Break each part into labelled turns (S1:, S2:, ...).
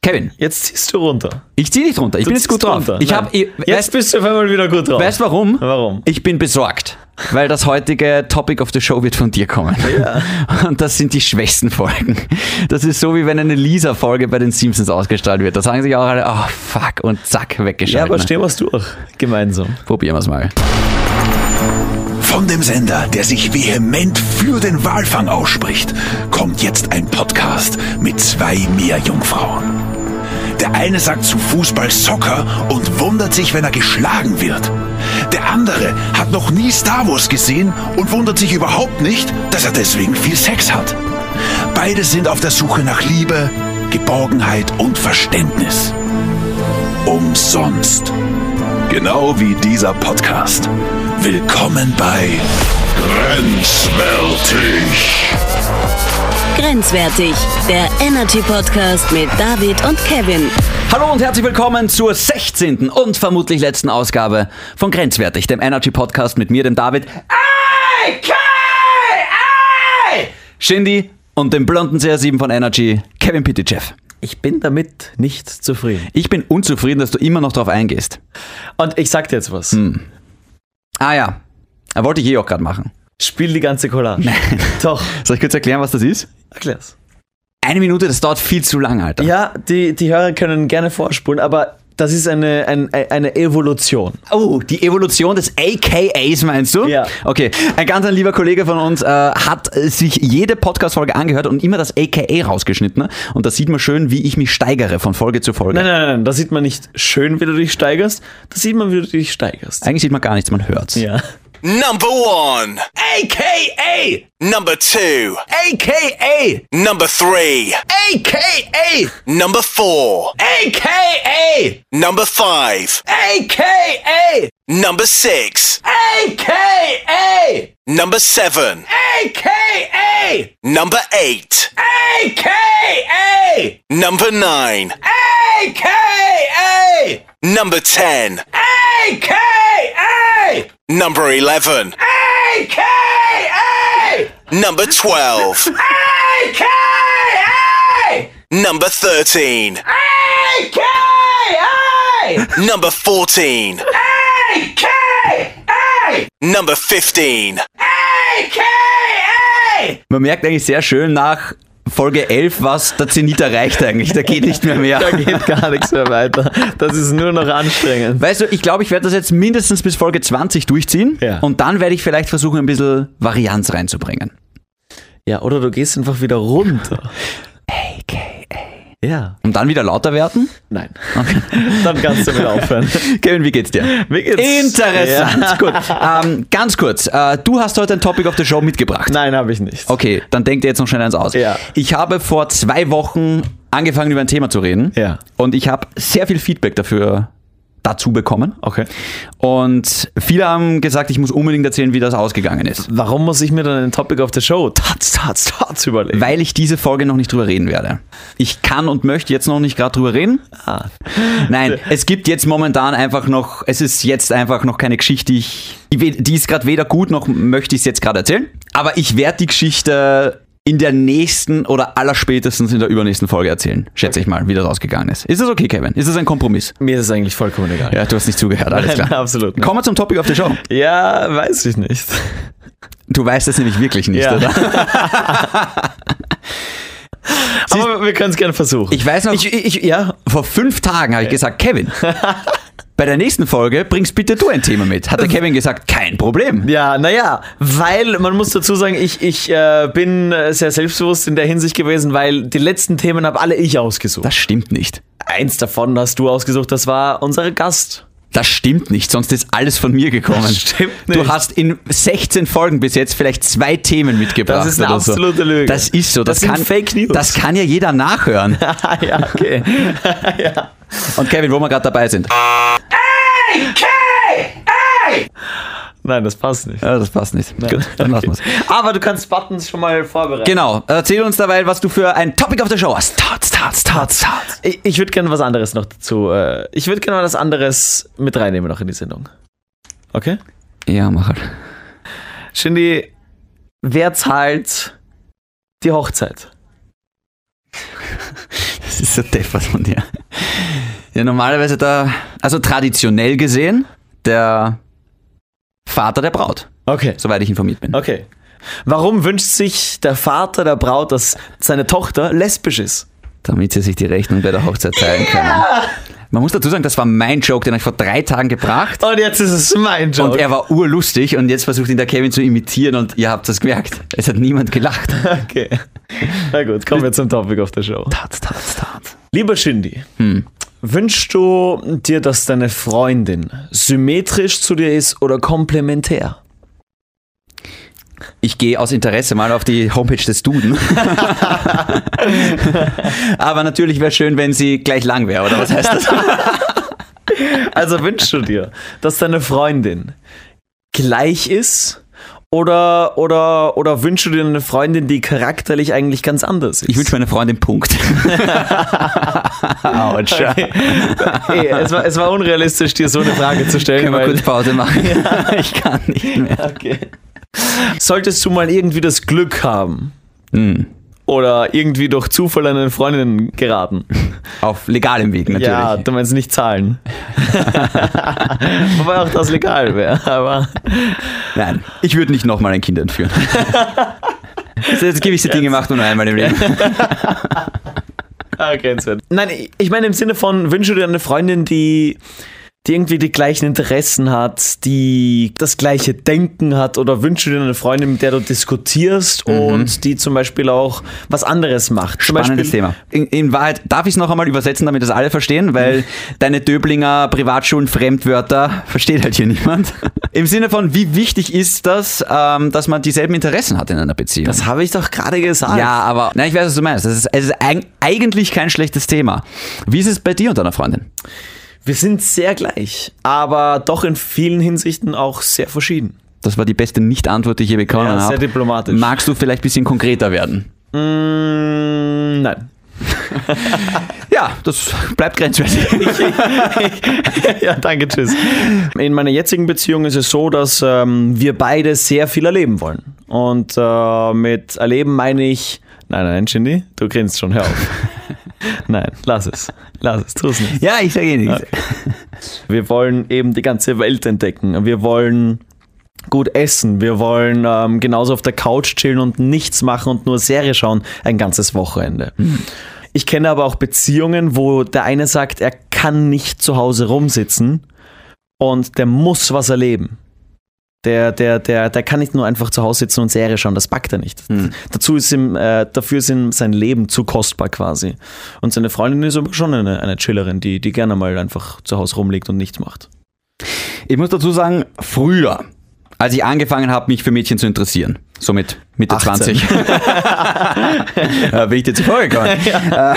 S1: Kevin,
S2: Jetzt ziehst du runter.
S1: ich zieh nicht runter. Ich
S2: Du
S1: bin jetzt gut
S2: ziehst
S1: drauf.
S2: runter.
S1: Ich
S2: Nein.
S1: hab, ich,
S2: Jetzt
S1: weißt,
S2: bist du auf einmal wieder gut drauf.
S1: weißt warum?
S2: Warum?
S1: Ich bin besorgt, weil das heutige Topic of the Show wird von dir kommen. Und das sind die schwächsten Folgen. Das ist so, wie wenn eine Lisa-Folge bei den Simpsons ausgestrahlt wird. Da sagen sich auch alle, oh fuck, und zack,
S2: Ja,
S1: weggeschaltet. Ne?
S2: aber stehen wir es durch. Gemeinsam.
S1: Probieren wir es mal.
S3: Von dem Sender, der sich vehement für den Walfang ausspricht, kommt jetzt ein Podcast mit zwei Meerjungfrauen. Der eine sagt zu Fußball Soccer und wundert sich, wenn er geschlagen wird. Der andere hat noch nie Star Wars gesehen und wundert sich überhaupt nicht, dass er deswegen viel Sex hat. Beide sind auf der Suche nach Liebe, Geborgenheit und Verständnis. Umsonst. Genau wie dieser Podcast. Willkommen bei Grenzwertig.
S4: Grenzwertig, der Energy Podcast mit David und Kevin.
S1: Hallo und herzlich willkommen zur 16. und vermutlich letzten Ausgabe von Grenzwertig, dem Energy Podcast mit mir, dem David. Ey, Kai, ey! Shindy und dem blonden CR7 von Energy, Kevin Pitychev.
S2: Ich bin damit nicht zufrieden.
S1: Ich bin unzufrieden, dass du immer noch drauf eingehst.
S2: Und ich sag dir jetzt was.
S1: Hm. Ah ja, Ah, wollte ich eh auch gerade machen.
S2: Spiel die ganze Collage. Nein. Doch.
S1: Soll ich kurz erklären, was das ist?
S2: Erklär's.
S1: Eine Minute, das dauert viel zu lang, Alter.
S2: Ja, die, die Hörer können gerne vorspulen, aber das ist eine, ein, eine Evolution.
S1: Oh, die Evolution des AKAs meinst du?
S2: Ja.
S1: Okay. Ein ganz ein lieber Kollege von uns äh, hat äh, sich jede Podcast-Folge angehört und immer das AKA rausgeschnitten. ne? Und da sieht man schön, wie ich mich steigere von Folge zu Folge.
S2: Nein, nein, nein, da sieht man nicht schön, wie du dich steigerst, da sieht man, wie du dich steigerst.
S1: Eigentlich sieht man gar nichts, man hört's.
S2: Ja.
S5: Number one.
S1: AKA!
S5: Number two.
S1: AKA!
S5: Number three.
S1: AKA!
S5: Number four.
S1: AKA!
S5: Number five.
S1: AKA!
S5: Number six.
S1: AKA!
S5: Number seven.
S1: AKA!
S5: Number eight.
S1: AKA!
S5: Number nine.
S1: AKA!
S5: Number ten.
S1: AKA!
S5: Number eleven.
S1: AKA!
S5: Number twelve.
S1: AKA!
S5: Number thirteen.
S1: AKA!
S5: Number fourteen.
S1: AKA!
S5: Number fifteen.
S1: AKA! Man merkt eigentlich sehr schön nach Folge 11, was der Zenit erreicht eigentlich. Da geht nicht mehr mehr.
S2: Da geht gar nichts mehr weiter. Das ist nur noch anstrengend.
S1: Weißt du, ich glaube, ich werde das jetzt mindestens bis Folge 20 durchziehen
S2: Ja.
S1: und dann werde ich vielleicht versuchen, ein bisschen Varianz reinzubringen.
S2: Ja, oder du gehst einfach wieder runter. AKA. Ja.
S1: Und dann wieder lauter werden?
S2: Nein. Dann kannst du wieder aufhören.
S1: Kevin, wie geht's dir?
S2: Mir geht's-
S1: Interessant.
S2: Ja.
S1: Gut. Ähm, ganz kurz, äh, du hast heute ein Topic of the Show mitgebracht.
S2: Nein, habe ich nicht.
S1: Okay, dann denk dir jetzt noch schnell eins aus.
S2: Ja.
S1: Ich habe vor zwei Wochen angefangen, über ein Thema zu reden.
S2: Ja.
S1: Und ich habe sehr viel Feedback dafür dazu bekommen.
S2: Okay.
S1: Und viele haben gesagt, ich muss unbedingt erzählen, wie das ausgegangen ist.
S2: Warum muss ich mir dann ein Topic of the Show Tats, Tats, Tats überlegen?
S1: Weil ich diese Folge noch nicht drüber reden werde. Ich kann und möchte jetzt noch nicht gerade drüber reden.
S2: Ah.
S1: Nein, es gibt jetzt momentan einfach noch, es ist jetzt einfach noch keine Geschichte, die ich, die we- die ist gerade weder gut noch möchte ich es jetzt gerade erzählen. Aber ich werde die Geschichte in der nächsten oder allerspätestens in der übernächsten Folge erzählen. Schätze ich mal, wie das ausgegangen ist. Ist das okay, Kevin? Ist das ein Kompromiss?
S2: Mir ist es eigentlich vollkommen egal.
S1: Ja, du hast nicht zugehört, alles
S2: Nein,
S1: klar.
S2: absolut nicht.
S1: Kommen wir zum Topic of the Show.
S2: Ja, weiß ich nicht.
S1: Du weißt es nämlich wirklich nicht, oder?
S2: Aber wir können es gerne versuchen.
S1: Ich weiß noch,
S2: Ich- ich- ja.
S1: vor fünf Tagen habe ich gesagt, Kevin, bei der nächsten Folge bringst bitte du ein Thema mit. Hat der Kevin gesagt, kein Problem.
S2: Ja, naja, weil man muss dazu sagen, ich, ich äh, bin äh, sehr selbstbewusst in der Hinsicht gewesen, weil die letzten Themen habe alle ich ausgesucht.
S1: Das stimmt nicht.
S2: Eins davon hast du ausgesucht, das war unsere Gast.
S1: Das stimmt nicht, sonst ist alles von mir gekommen.
S2: Das stimmt
S1: Du
S2: nicht.
S1: hast in 16 Folgen bis jetzt vielleicht zwei Themen mitgebracht.
S2: Das ist eine
S1: oder so.
S2: absolute Lüge.
S1: Das ist so. Das,
S2: Das sind
S1: kann,
S2: Fake News.
S1: Das kann ja jeder nachhören.
S2: Ah, ja, okay. ja.
S1: Und Kevin, wo wir gerade dabei sind. Ah,
S2: Nein, das passt nicht.
S1: das passt nicht. Gut, dann lassen wir's.
S2: Aber du kannst Buttons schon mal vorbereiten.
S1: Genau, erzähl uns dabei, was du für ein Topic auf der Show hast. Tots, tots, tots, tots.
S2: Ich, ich würde gerne was anderes noch dazu. Äh, ich würde gerne was anderes mit reinnehmen noch in die Sendung. Okay?
S1: Ja, mach halt.
S2: Shindy, wer zahlt die Hochzeit?
S1: Das ist so deppert von dir. Ja, normalerweise da, also traditionell gesehen, der Vater der Braut,
S2: Okay.
S1: soweit ich informiert bin.
S2: Okay. Warum wünscht sich der Vater der Braut, dass seine Tochter lesbisch ist?
S1: Damit sie sich die Rechnung bei der Hochzeit teilen können. Man muss dazu sagen, das war mein Joke, den habe ich vor drei Tagen gebracht.
S2: Und jetzt ist es mein Job.
S1: Und er war urlustig und jetzt versucht ihn der Kevin zu imitieren und ihr habt das gemerkt. Es hat niemand gelacht.
S2: okay. Na gut, kommen wir zum Topic of the Show.
S1: Tat, tat, tat.
S2: Lieber Shindy,
S1: Hm.
S2: wünschst du dir, dass deine Freundin symmetrisch zu dir ist oder komplementär?
S1: Ich gehe aus Interesse mal auf die Homepage des Duden. Aber natürlich wäre schön, wenn sie gleich lang wäre, oder was heißt das?
S2: Also wünschst du dir, dass deine Freundin gleich ist? Oder, oder, oder wünschst du dir eine Freundin, die charakterlich eigentlich ganz anders ist?
S1: Ich wünsche meiner Freundin Punkt. Autsch.
S2: Ey, es, war, es war unrealistisch, dir so eine Frage zu stellen.
S1: Können wir
S2: Weil,
S1: kurz Pause machen? Ich kann nicht mehr.
S2: solltest du mal irgendwie das Glück haben
S1: Hm.
S2: oder irgendwie durch Zufall an eine Freundin geraten.
S1: Auf legalem Weg natürlich.
S2: Ja, du meinst nicht zahlen. Wobei auch das legal wäre. Aber
S1: Nein, ich würde nicht nochmal ein Kind entführen. Also Jetzt gewisse Dinge macht man nur einmal im Leben.
S2: ah, grenzwert. Nein, ich- ich meine im Sinne von, wünsche dir eine Freundin, die, die irgendwie die gleichen Interessen hat, die das gleiche Denken hat oder wünsche dir eine Freundin, mit der du diskutierst und die zum Beispiel auch was anderes macht. Zum
S1: Spannendes
S2: Beispiel,
S1: Thema. In, in Wahrheit, darf ich es noch einmal übersetzen, damit das alle verstehen,
S2: Mhm.
S1: weil deine Döblinger Privatschulen Fremdwörter versteht halt hier niemand. Im Sinne von, wie wichtig ist das, ähm, dass man dieselben Interessen hat in einer Beziehung?
S2: Das habe ich doch gerade gesagt.
S1: ja, aber nein, ich weiß, was du meinst. Das ist, es ist eig- eigentlich kein schlechtes Thema. Wie ist es bei dir und deiner Freundin?
S2: Wir sind sehr gleich, aber doch in vielen Hinsichten auch sehr verschieden.
S1: Das war die beste Nicht-Antwort, die ich je bekommen
S2: Ja,
S1: habe.
S2: sehr diplomatisch.
S1: Magst du vielleicht ein bisschen konkreter werden?
S2: Mm, Nein.
S1: Ja, das bleibt grenzwertig.
S2: ja, danke, tschüss. In meiner jetzigen Beziehung ist es so, dass ähm, wir beide sehr viel erleben wollen. Und äh, mit erleben meine ich. Nein, nein, Shindy, du grinst schon, hör auf. nein, lass es. Lass es, tu es nicht.
S1: Ja, ich sage eh nichts.
S2: Wir wollen eben die ganze Welt entdecken. Wir wollen gut essen. Wir wollen ähm, genauso auf der Couch chillen und nichts machen und nur Serie schauen. Ein ganzes Wochenende. Ich kenne aber auch Beziehungen, wo der eine sagt, er kann nicht zu Hause rumsitzen und der muss was erleben. Der, der, der, der kann nicht nur einfach zu Hause sitzen und Serie schauen, das packt er nicht. Dazu ist ihm, äh, dafür ist ihm sein Leben zu kostbar quasi. Und seine Freundin ist aber schon eine, eine Chillerin, die, die gerne mal einfach zu Hause rumliegt und nichts macht.
S1: Ich muss dazu sagen, früher, als ich angefangen habe, mich für Mädchen zu interessieren, so mit Mitte
S2: 18.
S1: 20, äh, bin ich dir zuvorgekommen. Äh,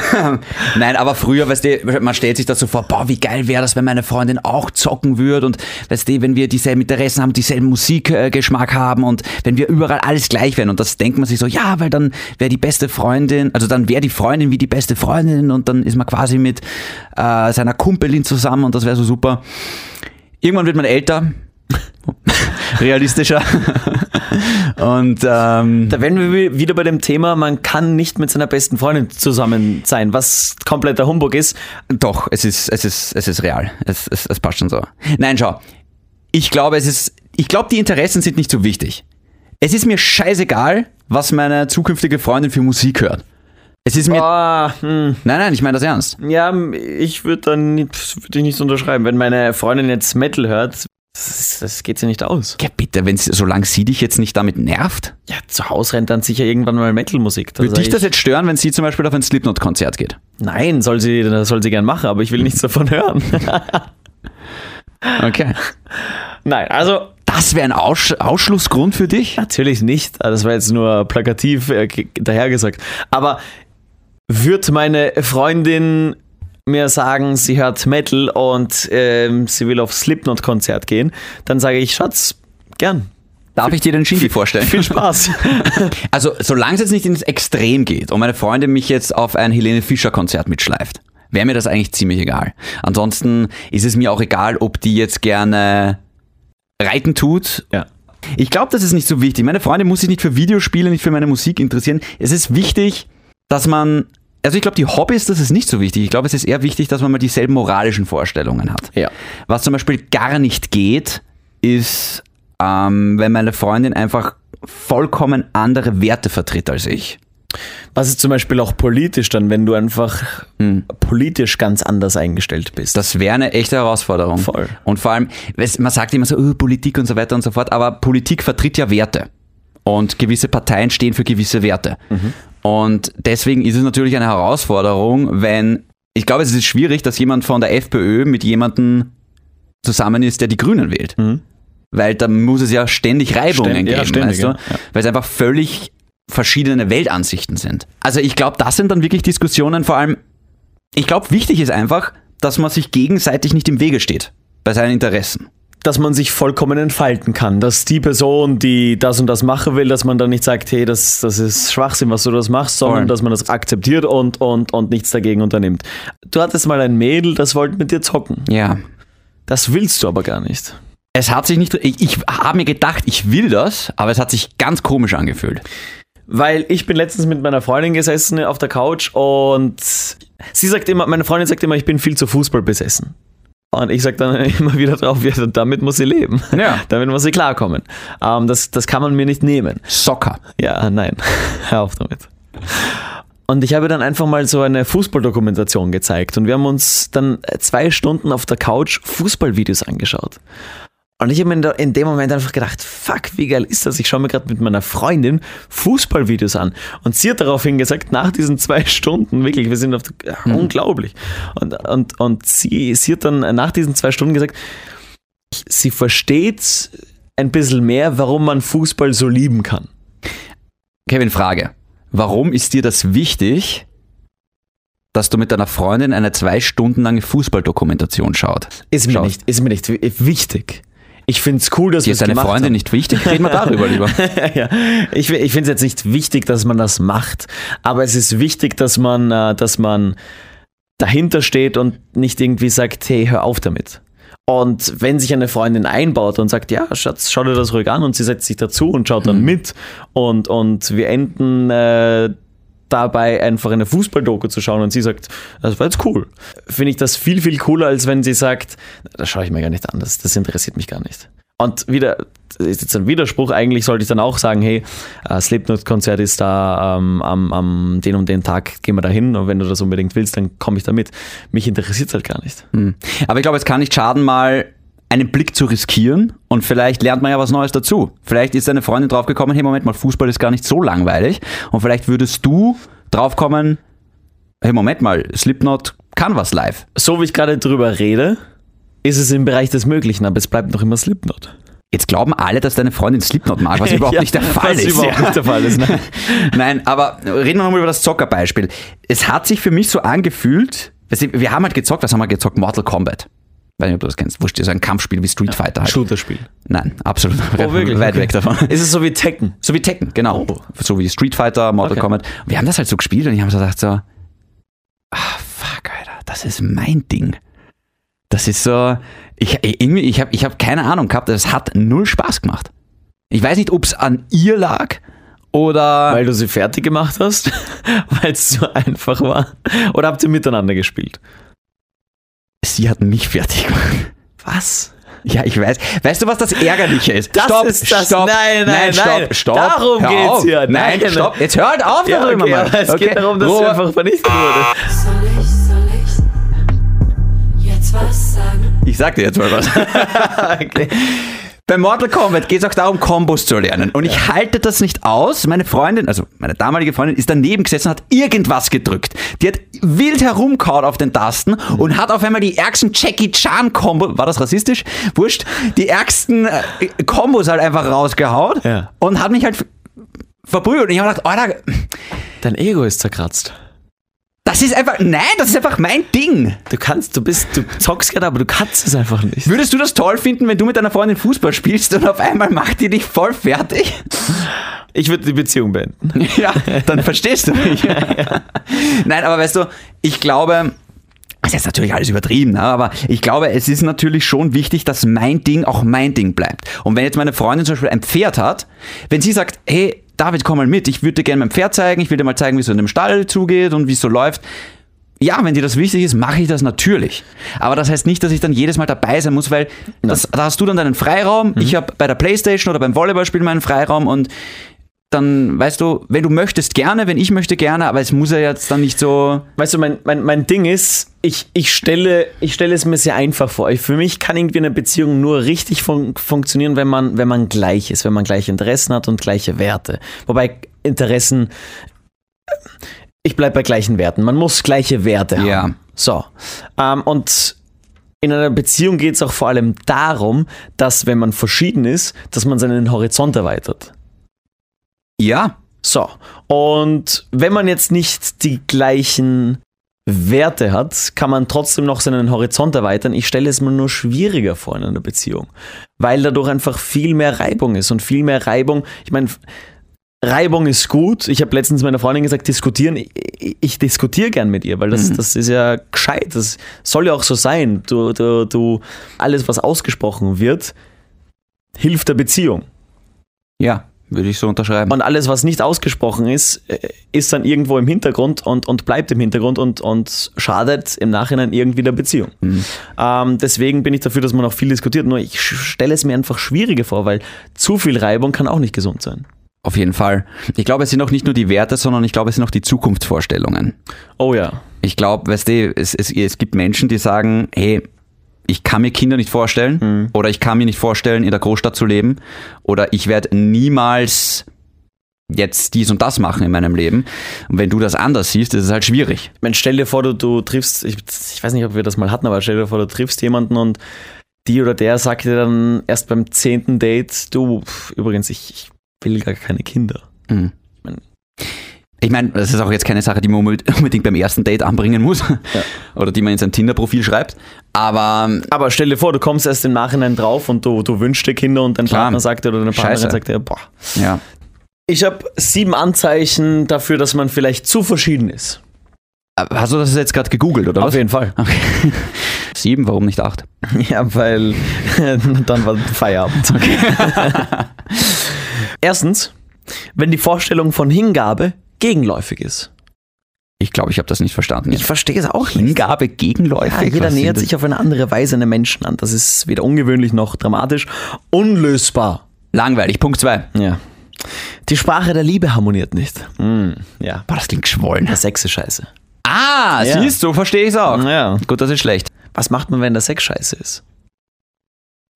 S1: nein, aber früher, weißt du, man stellt sich das so vor, boah, wie geil wäre das, wenn meine Freundin auch zocken würde und weißt du, wenn wir dieselben Interessen haben, dieselben Musikgeschmack haben und wenn wir überall alles gleich wären und das denkt man sich so, ja, weil dann wäre die beste Freundin, also dann wäre die Freundin wie die beste Freundin und dann ist man quasi mit äh, seiner Kumpelin zusammen und das wäre so super. Irgendwann wird man älter, realistischer. Und ähm,
S2: Da wären wir wi- wieder bei dem Thema, man kann nicht mit seiner besten Freundin zusammen sein, was kompletter Humbug ist.
S1: doch, es ist, es ist, es ist real. Es, es, es passt schon so. Nein, schau. Ich glaube, es ist. Ich glaube, die Interessen sind nicht so wichtig. Es ist mir scheißegal, was meine zukünftige Freundin für Musik hört. Es ist mir.
S2: Ah, hm.
S1: Nein, nein, ich meine das ernst.
S2: Ja, ich würde dann nicht- würd ich nichts unterschreiben. Wenn meine Freundin jetzt Metal hört, das, ist- das geht sie nicht aus.
S1: Ja, bitte, wenn solange sie dich jetzt nicht damit nervt,
S2: Ja, zu Hause rennt dann sicher irgendwann mal Metal-Musik. Also Da
S1: würde
S2: sag
S1: dich das jetzt stören, wenn sie zum Beispiel auf ein Slipknot-Konzert geht.
S2: Nein, soll sie, das soll sie gern machen, aber ich will nichts davon hören.
S1: Okay.
S2: Nein, also
S1: Das wäre ein Aussch Ausschlussgrund für dich?
S2: natürlich nicht. Das war jetzt nur plakativ äh, ge- dahergesagt. Aber wird meine Freundin mir sagen, sie hört Metal und ähm, sie will auf Slipknot-Konzert gehen, dann sage ich, Schatz, gern.
S1: Darf ich dir den Shindy vorstellen?
S2: Viel Spaß.
S1: Also, solange es jetzt nicht ins Extrem geht und meine Freundin mich jetzt auf ein Helene Fischer-Konzert mitschleift, wäre mir das eigentlich ziemlich egal. Ansonsten ist es mir auch egal, ob die jetzt gerne reiten tut.
S2: ja.
S1: Ich glaube, das ist nicht so wichtig. Meine Freundin muss sich nicht für Videospiele, nicht für meine Musik interessieren. Es ist wichtig, dass man also ich glaube, die Hobbys, das ist nicht so wichtig. Ich glaube, es ist eher wichtig, dass man mal dieselben moralischen Vorstellungen hat.
S2: Ja.
S1: Was zum Beispiel gar nicht geht, ist, ähm, wenn meine Freundin einfach vollkommen andere Werte vertritt als ich.
S2: Was ist zum Beispiel auch politisch dann, wenn du einfach politisch ganz anders eingestellt bist?
S1: Das wäre eine echte Herausforderung.
S2: Voll.
S1: Und vor allem, weißt, man sagt immer so, "Oh, Politik und so weiter und so fort, aber Politik vertritt ja Werte. Und gewisse Parteien stehen für gewisse Werte. Und deswegen ist es natürlich eine Herausforderung, wenn, ich glaube, es ist schwierig, dass jemand von der FPÖ mit jemandem zusammen ist, der die Grünen wählt. Weil da muss es ja ständig Reibungen
S2: Mhm. Ständ-
S1: geben,
S2: ja, ständig,
S1: weißt du?
S2: ja, ja.
S1: Weil es einfach völlig verschiedene Weltansichten sind. Also ich glaube, das sind dann wirklich Diskussionen, vor allem ich glaube, wichtig ist einfach, dass man sich gegenseitig nicht im Wege steht bei seinen Interessen.
S2: dass man sich vollkommen entfalten kann. Dass die Person, die das und das machen will, dass man dann nicht sagt, hey, das, das ist Schwachsinn, was du das machst, sondern
S1: Voll.
S2: dass man das akzeptiert und, und, und nichts dagegen unternimmt. Du hattest mal ein Mädel, das wollte mit dir zocken.
S1: Ja.
S2: Das willst du aber gar nicht.
S1: Es hat sich nicht. Ich, ich habe mir gedacht, ich will das, aber es hat sich ganz komisch angefühlt.
S2: Weil ich bin letztens mit meiner Freundin gesessen auf der Couch und sie sagt immer, meine Freundin sagt immer, ich bin viel zu Fußball besessen. Und ich sage dann immer wieder drauf, ja, damit muss sie leben.
S1: Ja.
S2: Damit muss sie klarkommen. Ähm, das, das kann man mir nicht nehmen.
S1: Soccer.
S2: Ja, nein. Hör auf damit. Und ich habe dann einfach mal so eine Fußballdokumentation gezeigt und wir haben uns dann zwei Stunden auf der Couch Fußballvideos angeschaut. Und ich habe mir in der- in dem Moment einfach gedacht, fuck, wie geil ist das? Ich schaue mir gerade mit meiner Freundin Fußballvideos an. Und sie hat daraufhin gesagt, nach diesen zwei Stunden, wirklich, wir sind auf, der- unglaublich. Und, und, und sie, sie hat dann nach diesen zwei Stunden gesagt, sie versteht ein bisschen mehr, warum man Fußball so lieben kann.
S1: Kevin, Frage. Warum ist dir das wichtig, dass du mit deiner Freundin eine zwei Stunden lange Fußballdokumentation schaut?
S2: Ist mir,
S1: schaust?
S2: nicht, ist mir nicht wi- wichtig. Ich finde es cool, dass
S1: Dir
S2: wir
S1: ist
S2: es
S1: deine
S2: gemacht
S1: Freundin
S2: haben.
S1: nicht wichtig? Reden wir darüber lieber.
S2: ja, ich fi- ich finde es jetzt nicht wichtig, dass man das macht, aber es ist wichtig, dass man, äh, dass man dahinter steht und nicht irgendwie sagt, hey, hör auf damit. Und wenn sich eine Freundin einbaut und sagt, ja, Schatz, schau dir das ruhig an und sie setzt sich dazu und schaut
S1: Mhm.
S2: dann mit und, und wir enden äh, dabei einfach eine Fußballdoku zu schauen und sie sagt, das war jetzt cool. Finde ich das viel, viel cooler, als wenn sie sagt, das schaue ich mir gar nicht an, das, das interessiert mich gar nicht. Und wieder, das ist jetzt ein Widerspruch, eigentlich sollte ich dann auch sagen, hey, äh, Slipknot-Konzert ist da ähm, am, am den und den Tag, gehen wir da hin und wenn du das unbedingt willst, dann komme ich da mit. Mich interessiert es halt gar nicht.
S1: Aber ich glaube, es kann nicht schaden, mal einen Blick zu riskieren und vielleicht lernt man ja was Neues dazu. Vielleicht ist deine Freundin draufgekommen, hey Moment mal, Fußball ist gar nicht so langweilig und vielleicht würdest du draufkommen, hey Moment mal, Slipknot kann was live.
S2: So wie ich gerade drüber rede, ist es im Bereich des Möglichen, aber es bleibt noch immer Slipknot.
S1: Jetzt glauben alle, dass deine Freundin Slipknot mag, was überhaupt
S2: Ja,
S1: nicht der Fall
S2: was
S1: ist.
S2: überhaupt
S1: ja.
S2: nicht der Fall ist. Ne?
S1: Nein, aber reden wir nochmal über das Zockerbeispiel. Es hat sich für mich so angefühlt, weißt du, wir haben halt gezockt, was haben wir gezockt? Mortal Kombat. Weiß nicht, ob du das kennst. Wurscht, das ist ein Kampfspiel wie Street Fighter halt.
S2: Shooterspiel.
S1: Nein, absolut.
S2: Oh, wirklich?
S1: Weit
S2: Okay.
S1: weg davon.
S2: Ist es so wie Tekken?
S1: So wie Tekken, genau.
S2: Oh.
S1: So wie Street Fighter, Mortal
S2: Okay.
S1: Kombat. Und wir haben das halt so gespielt und ich habe so gedacht so, ah, fuck, Alter, das ist mein Ding. Das ist so, ich, irgendwie, ich habe ich hab keine Ahnung gehabt, das hat null Spaß gemacht. Ich weiß nicht, ob es an ihr lag oder...
S2: Weil du sie fertig gemacht hast? Weil es so einfach war? Oder habt ihr miteinander gespielt?
S1: sie hat mich fertig gemacht.
S2: Was?
S1: Ja, ich weiß. Weißt du, was das Ärgerliche ist?
S2: Das ist das- nein, nein, nein.
S1: stopp, stopp.
S2: Darum
S1: hör
S2: geht's
S1: auf.
S2: hier.
S1: Nein,
S2: Nein.
S1: stopp. Jetzt hört auf darüber, Mann.
S2: aber es
S1: Okay,
S2: geht darum, dass
S1: Ruhe.
S2: sie einfach vernichtet wurde.
S6: Soll ich, soll ich jetzt was sagen?
S1: Ich sag dir jetzt mal was. Bei Mortal Kombat geht es auch darum, Kombos zu lernen. Und ich halte das nicht aus. Meine Freundin, also meine damalige Freundin, ist daneben gesessen und hat irgendwas gedrückt. Die hat wild herumkaut auf den Tasten und hat auf einmal die ärgsten Jackie Chan Kombo, war das rassistisch? Wurscht. Die ärgsten äh, Kombos halt einfach rausgehaut
S2: Ja.
S1: und hat mich halt f- verprügelt. Und ich habe gedacht, Alter,
S2: Dein Ego ist zerkratzt.
S1: das ist einfach, nein, das ist einfach mein Ding.
S2: Du kannst, du bist, du zockst gerade, aber du kannst es einfach nicht.
S1: Würdest du das toll finden, wenn du mit deiner Freundin Fußball spielst und auf einmal macht die dich voll fertig?
S2: Ich würde die Beziehung beenden.
S1: Ja, dann verstehst du mich. Nein, aber weißt du, ich glaube, das ist jetzt natürlich alles übertrieben, ne, aber ich glaube, es ist natürlich schon wichtig, dass mein Ding auch mein Ding bleibt. Und wenn jetzt meine Freundin zum Beispiel ein Pferd hat, wenn sie sagt, hey, David, komm mal mit, ich würde dir gerne mein Pferd zeigen, ich will dir mal zeigen, wie es so in dem Stall zugeht und wie es so läuft. Ja, wenn dir das wichtig ist, mache ich das natürlich. Aber das heißt nicht, dass ich dann jedes Mal dabei sein muss, weil das, da hast du dann deinen Freiraum. Ich habe bei der Playstation oder beim Volleyballspiel meinen Freiraum und dann, weißt du, wenn du möchtest, gerne, wenn ich möchte, gerne, aber es muss ja jetzt dann nicht so.
S2: Weißt du, mein, mein, mein Ding ist, ich, ich, stelle, ich stelle es mir sehr einfach vor. Ich, für mich kann irgendwie eine Beziehung nur richtig fun funktionieren, wenn man, wenn man gleich ist, wenn man gleiche Interessen hat und gleiche Werte. Wobei Interessen, äh, ich bleibe bei gleichen Werten. Man muss gleiche Werte
S1: Ja.
S2: haben. So. Ähm, und in einer Beziehung geht es auch vor allem darum, dass wenn man verschieden ist, dass man seinen Horizont erweitert.
S1: Ja,
S2: So, und wenn man jetzt nicht die gleichen Werte hat, kann man trotzdem noch seinen Horizont erweitern. Ich stelle es mir nur schwieriger vor in einer Beziehung, weil dadurch einfach viel mehr Reibung ist und viel mehr Reibung. Ich meine, Reibung ist gut. Ich habe letztens meiner Freundin gesagt, diskutieren. Ich, ich, ich diskutiere gern mit ihr, weil das, das ist ja gescheit. Das soll ja auch so sein. Du, du, du, alles, was ausgesprochen wird, hilft der Beziehung.
S1: ja, würde ich so unterschreiben.
S2: Und alles, was nicht ausgesprochen ist, äh, ist dann irgendwo im Hintergrund und, und bleibt im Hintergrund und, und schadet im Nachhinein irgendwie der Beziehung. Ähm, deswegen bin ich dafür, dass man auch viel diskutiert. Nur ich sch- stelle es mir einfach schwieriger vor, weil zu viel Reibung kann auch nicht gesund sein.
S1: Auf jeden Fall. Ich glaube, es sind auch nicht nur die Werte, sondern ich glaube, es sind auch die Zukunftsvorstellungen.
S2: Oh ja.
S1: Ich glaube, weißt du, es, es, es gibt Menschen, die sagen, hey, ich kann mir Kinder nicht vorstellen oder ich kann mir nicht vorstellen, in der Großstadt zu leben oder ich werde niemals jetzt dies und das machen in meinem Leben. Und wenn du das anders siehst, ist es halt schwierig.
S2: Ich meine, stell dir vor, du, du triffst, ich, ich weiß nicht, ob wir das mal hatten, aber stell dir vor, du triffst jemanden und die oder der sagt dir dann erst beim zehnten Date, du, pf, übrigens, ich, ich will gar keine Kinder.
S1: Mhm. Ich meine, das ist auch jetzt keine Sache, die man unbedingt unbedingt beim ersten Date anbringen muss oder die man in sein Tinder-Profil schreibt. Aber ähm,
S2: Aber stell dir vor, du kommst erst im Nachhinein drauf und du, du wünschst dir Kinder und dein
S1: Klar.
S2: Partner sagt dir oder deine Partnerin
S1: Scheiße.
S2: sagt dir, boah.
S1: ja,
S2: Ich habe sieben Anzeichen dafür, dass man vielleicht zu verschieden ist.
S1: äh, hast du das jetzt gerade gegoogelt oder was?
S2: jeden Fall.
S1: Okay. Sieben, warum nicht acht?
S2: Ja, weil dann war Feierabend. Erstens, wenn die Vorstellung von Hingabe gegenläufig ist.
S1: Ich glaube, ich habe das nicht verstanden.
S2: Ich verstehe es auch nicht.
S1: Hingabe gegenläufig.
S2: Ja, jeder
S1: Was sind
S2: nähert
S1: das?
S2: sich auf eine andere Weise einem Menschen an. Das ist weder ungewöhnlich noch dramatisch. Unlösbar.
S1: Langweilig. Punkt zwei.
S2: Ja. Die Sprache der Liebe harmoniert nicht.
S1: Hm,
S2: ja.
S1: Boah, das klingt geschwollen.
S2: Der Sex ist scheiße.
S1: Ah,
S2: Ja.
S1: siehst du, so verstehe ich es auch.
S2: Ja.
S1: Gut, das ist schlecht.
S2: Was macht man, wenn der Sex scheiße ist?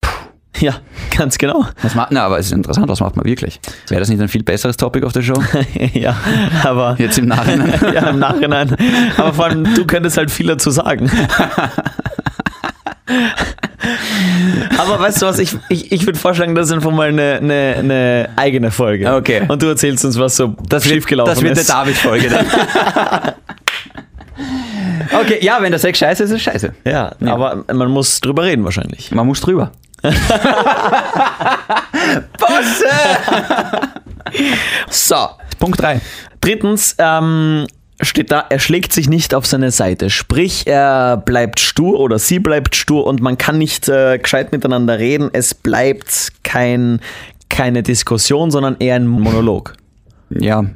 S2: Puh. Ja, ganz genau.
S1: Was macht, na, aber es ist interessant, was macht man wirklich? Wäre das nicht ein viel besseres Topic auf der Show?
S2: ja, aber
S1: Jetzt im Nachhinein.
S2: ja, im Nachhinein. Aber vor allem, du könntest halt viel dazu sagen. Aber weißt du was, ich, ich, ich würde vorschlagen, das ist einfach mal eine, eine, eine eigene Folge.
S1: Okay.
S2: Und du erzählst uns, was so das schiefgelaufen
S1: das wird
S2: ist.
S1: eine David-Folge dann. okay, ja, wenn der Sex scheiße ist, ist es scheiße.
S2: ja, aber man muss drüber reden wahrscheinlich.
S1: Man muss drüber. Bosse!
S2: So,
S1: Punkt drei.
S2: Drittens ähm, steht da, er schlägt sich nicht auf seine Seite. Sprich, er bleibt stur oder sie bleibt stur und man kann nicht äh, gescheit miteinander reden. Es bleibt kein, keine Diskussion, sondern eher ein Monolog.
S1: Ja,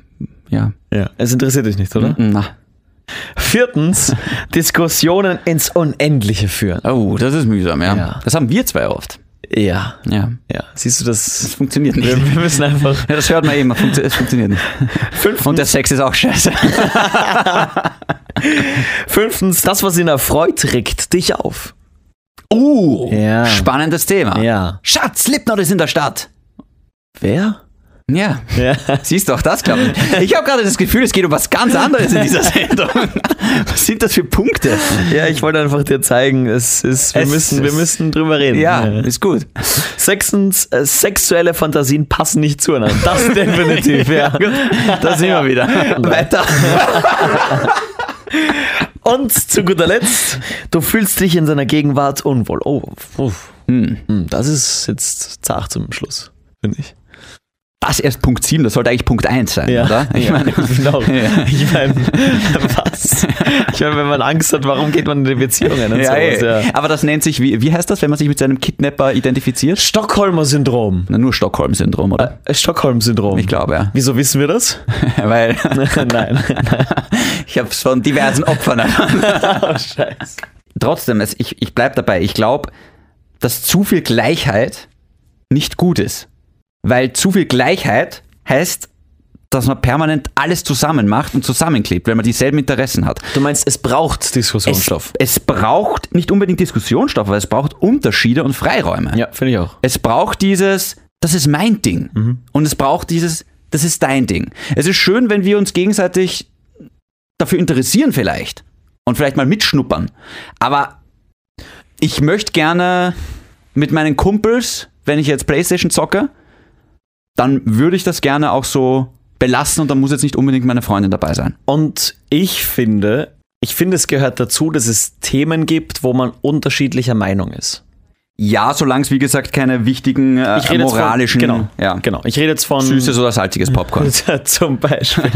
S1: ja.
S2: Ja. Mhm. Es interessiert dich nicht, oder?
S1: Na.
S2: Viertens, Diskussionen ins Unendliche führen.
S1: Oh, das ist mühsam, ja.
S2: Ja.
S1: Das haben wir zwei oft.
S2: Ja.
S1: Ja.
S2: Ja. Siehst du das?
S1: Das funktioniert nicht.
S2: Wir, wir müssen einfach.
S1: Ja, das hört man eben, funktio- es funktioniert nicht. Und der Sex ist auch scheiße.
S2: Fünftens, das, was ihn erfreut, regt dich auf.
S1: Uh,
S2: Ja.
S1: spannendes Thema.
S2: Ja.
S1: Schatz, Slipknot ist in der Stadt.
S2: Wer?
S1: Ja,
S2: Ja.
S1: siehst du auch das, glaube ich. Ich habe gerade das Gefühl, es geht um was ganz anderes in dieser Sendung. Was sind das für Punkte?
S2: Ja, ich wollte einfach dir zeigen, es ist, wir,
S1: Es
S2: müssen, wir
S1: ist-
S2: müssen drüber reden.
S1: Ja, ist gut.
S2: Sechstens, äh, sexuelle Fantasien passen nicht zueinander. Das definitiv, ja.
S1: Da sind wir wieder. Weiter.
S2: Und zu guter Letzt, du fühlst dich in seiner Gegenwart unwohl. Oh, uff. Hm, Das ist jetzt zart zum Schluss, finde ich.
S1: Das erst Punkt 7, das sollte eigentlich Punkt 1 sein, oder?
S2: Ich meine, genau.
S1: Ja.
S2: Ich meine, was? Ich meine, wenn man Angst hat, warum geht man in die Beziehungen und
S1: Ja,
S2: sowas?
S1: ey.
S2: Ja.
S1: Aber das nennt sich, wie, wie heißt das, wenn man sich mit seinem Kidnapper identifiziert?
S2: Stockholmer Syndrom.
S1: Na, nur Stockholm-Syndrom, oder?
S2: Stockholm Syndrom.
S1: Ich glaube, ja.
S2: Wieso wissen wir das?
S1: Weil
S2: Nein.
S1: ich habe es von diversen Opfern erfahren.
S2: Oh, Scheiße.
S1: Trotzdem, es, ich, ich bleib dabei. Ich glaube, dass zu viel Gleichheit nicht gut ist. Weil zu viel Gleichheit heißt, dass man permanent alles zusammen macht und zusammenklebt, weil man dieselben Interessen hat.
S2: Du meinst, es braucht Diskussionsstoff.
S1: Es, es braucht nicht unbedingt Diskussionsstoff, aber es braucht Unterschiede und Freiräume.
S2: ja, finde ich auch.
S1: Es braucht dieses, das ist mein Ding. Und es braucht dieses, das ist dein Ding. Es ist schön, wenn wir uns gegenseitig dafür interessieren vielleicht. Und vielleicht mal mitschnuppern. Aber ich möchte gerne mit meinen Kumpels, wenn ich jetzt Playstation zocke, dann würde ich das gerne auch so belassen und dann muss jetzt nicht unbedingt meine Freundin dabei sein.
S2: Und ich finde, ich finde, es gehört dazu, dass es Themen gibt, wo man unterschiedlicher Meinung ist.
S1: Ja, solange es wie gesagt keine wichtigen äh,
S2: Ich rede jetzt von-
S1: moralischen,
S2: Genau,
S1: ja,
S2: genau. Mhm. Ich rede jetzt von.
S1: süßes oder salziges Popcorn.
S2: Zum Beispiel.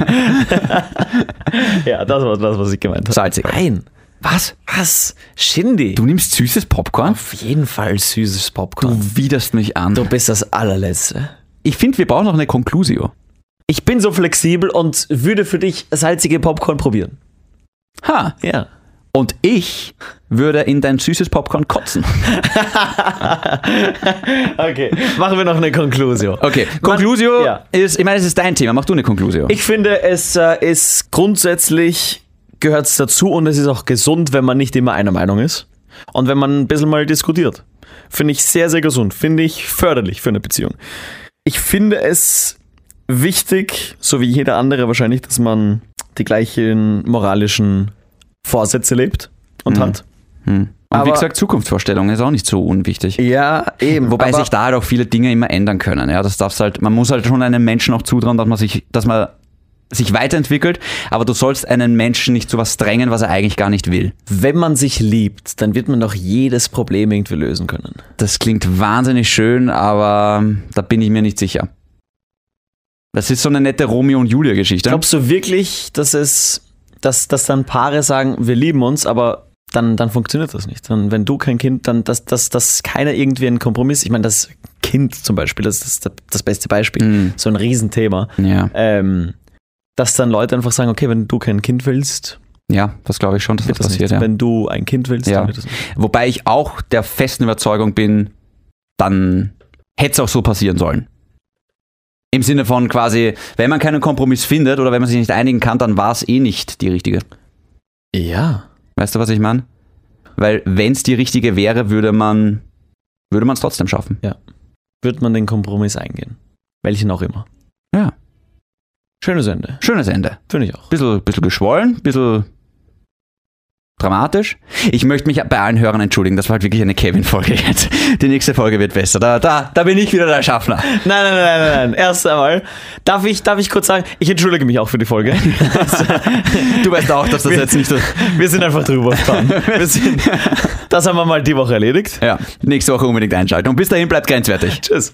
S2: ja, das war das, was ich gemeint habe.
S1: Salzig.
S2: Nein. Was? Was? Shindy.
S1: Du nimmst süßes Popcorn?
S2: auf jeden Fall süßes Popcorn.
S1: Du widerst mich an.
S2: bist das allerletzte.
S1: Ich finde, wir brauchen noch eine Conclusio.
S2: Ich bin so flexibel und würde für dich salzige Popcorn probieren.
S1: Ha.
S2: Ja.
S1: Und ich würde in dein süßes Popcorn kotzen.
S2: Okay, machen wir noch eine Konklusion.
S1: Okay, Conclusio
S2: ja.
S1: ist, ich meine, es ist dein Thema. Mach du eine Conclusio.
S2: Ich finde, es äh, ist grundsätzlich gehört es dazu und es ist auch gesund, wenn man nicht immer einer Meinung ist und wenn man ein bisschen mal diskutiert. Finde ich sehr, sehr gesund. Finde ich förderlich für eine Beziehung. Ich finde es wichtig, so wie jeder andere wahrscheinlich, dass man die gleichen moralischen Vorsätze lebt
S1: Mhm.
S2: und hat.
S1: Hm. Und wie
S2: aber-
S1: gesagt, Zukunftsvorstellung ist auch nicht so unwichtig.
S2: Ja, eben.
S1: Wobei sich da halt auch viele Dinge immer ändern können. Ja, das darf's halt, man muss halt schon einem Menschen auch zutrauen, dass man sich, dass man sich weiterentwickelt, aber du sollst einen Menschen nicht zu was drängen, was er eigentlich gar nicht will.
S2: wenn man sich liebt, dann wird man doch jedes Problem irgendwie lösen können.
S1: Das klingt wahnsinnig schön, aber ähm, da bin ich mir nicht sicher. Das ist so eine nette Romeo und Julia Geschichte.
S2: Glaubst du wirklich, dass es, dass, dass dann Paare sagen, wir lieben uns, aber dann, dann funktioniert das nicht. Dann, wenn du kein Kind, dann, dass, dass, dass keiner irgendwie einen Kompromiss, ich meine, das Kind zum Beispiel, das ist das, das beste Beispiel,
S1: Mhm.
S2: so ein Riesenthema,
S1: Ja,
S2: ähm, dass dann Leute einfach sagen, okay, wenn du kein Kind willst,
S1: ja, das glaube ich schon, dass das,
S2: wird das
S1: passiert.
S2: nicht.
S1: Ja.
S2: Wenn du ein Kind willst,
S1: Ja.
S2: dann wird das nicht.
S1: Wobei ich auch der festen Überzeugung bin, dann hätte es auch so passieren sollen. Im Sinne von quasi, wenn man keinen Kompromiss findet oder wenn man sich nicht einigen kann, dann war es eh nicht die richtige.
S2: Ja.
S1: Weißt du, was ich meine? Weil wenn es die richtige wäre, würde man würde man es trotzdem schaffen.
S2: Wird man den Kompromiss eingehen. Welchen auch immer.
S1: Ja.
S2: Schönes Ende.
S1: Schönes Ende.
S2: Finde ich auch.
S1: Bisschen, bisschen geschwollen, bisschen dramatisch. Ich möchte mich bei allen Hörern entschuldigen, das war halt wirklich eine Kevin-Folge jetzt. Die nächste Folge wird besser. Da, da, da bin ich wieder der Schaffner.
S2: Nein, nein, nein, nein, nein. Erst einmal, darf ich, darf ich kurz sagen, ich entschuldige mich auch für die Folge.
S1: Du weißt auch, dass das
S2: Wir-
S1: jetzt nicht so.
S2: Wir sind einfach drüber gefahren. Wir sind, das haben wir mal die Woche erledigt.
S1: Ja, nächste Woche unbedingt einschalten. Und bis dahin bleibt grenzwertig.
S2: Tschüss.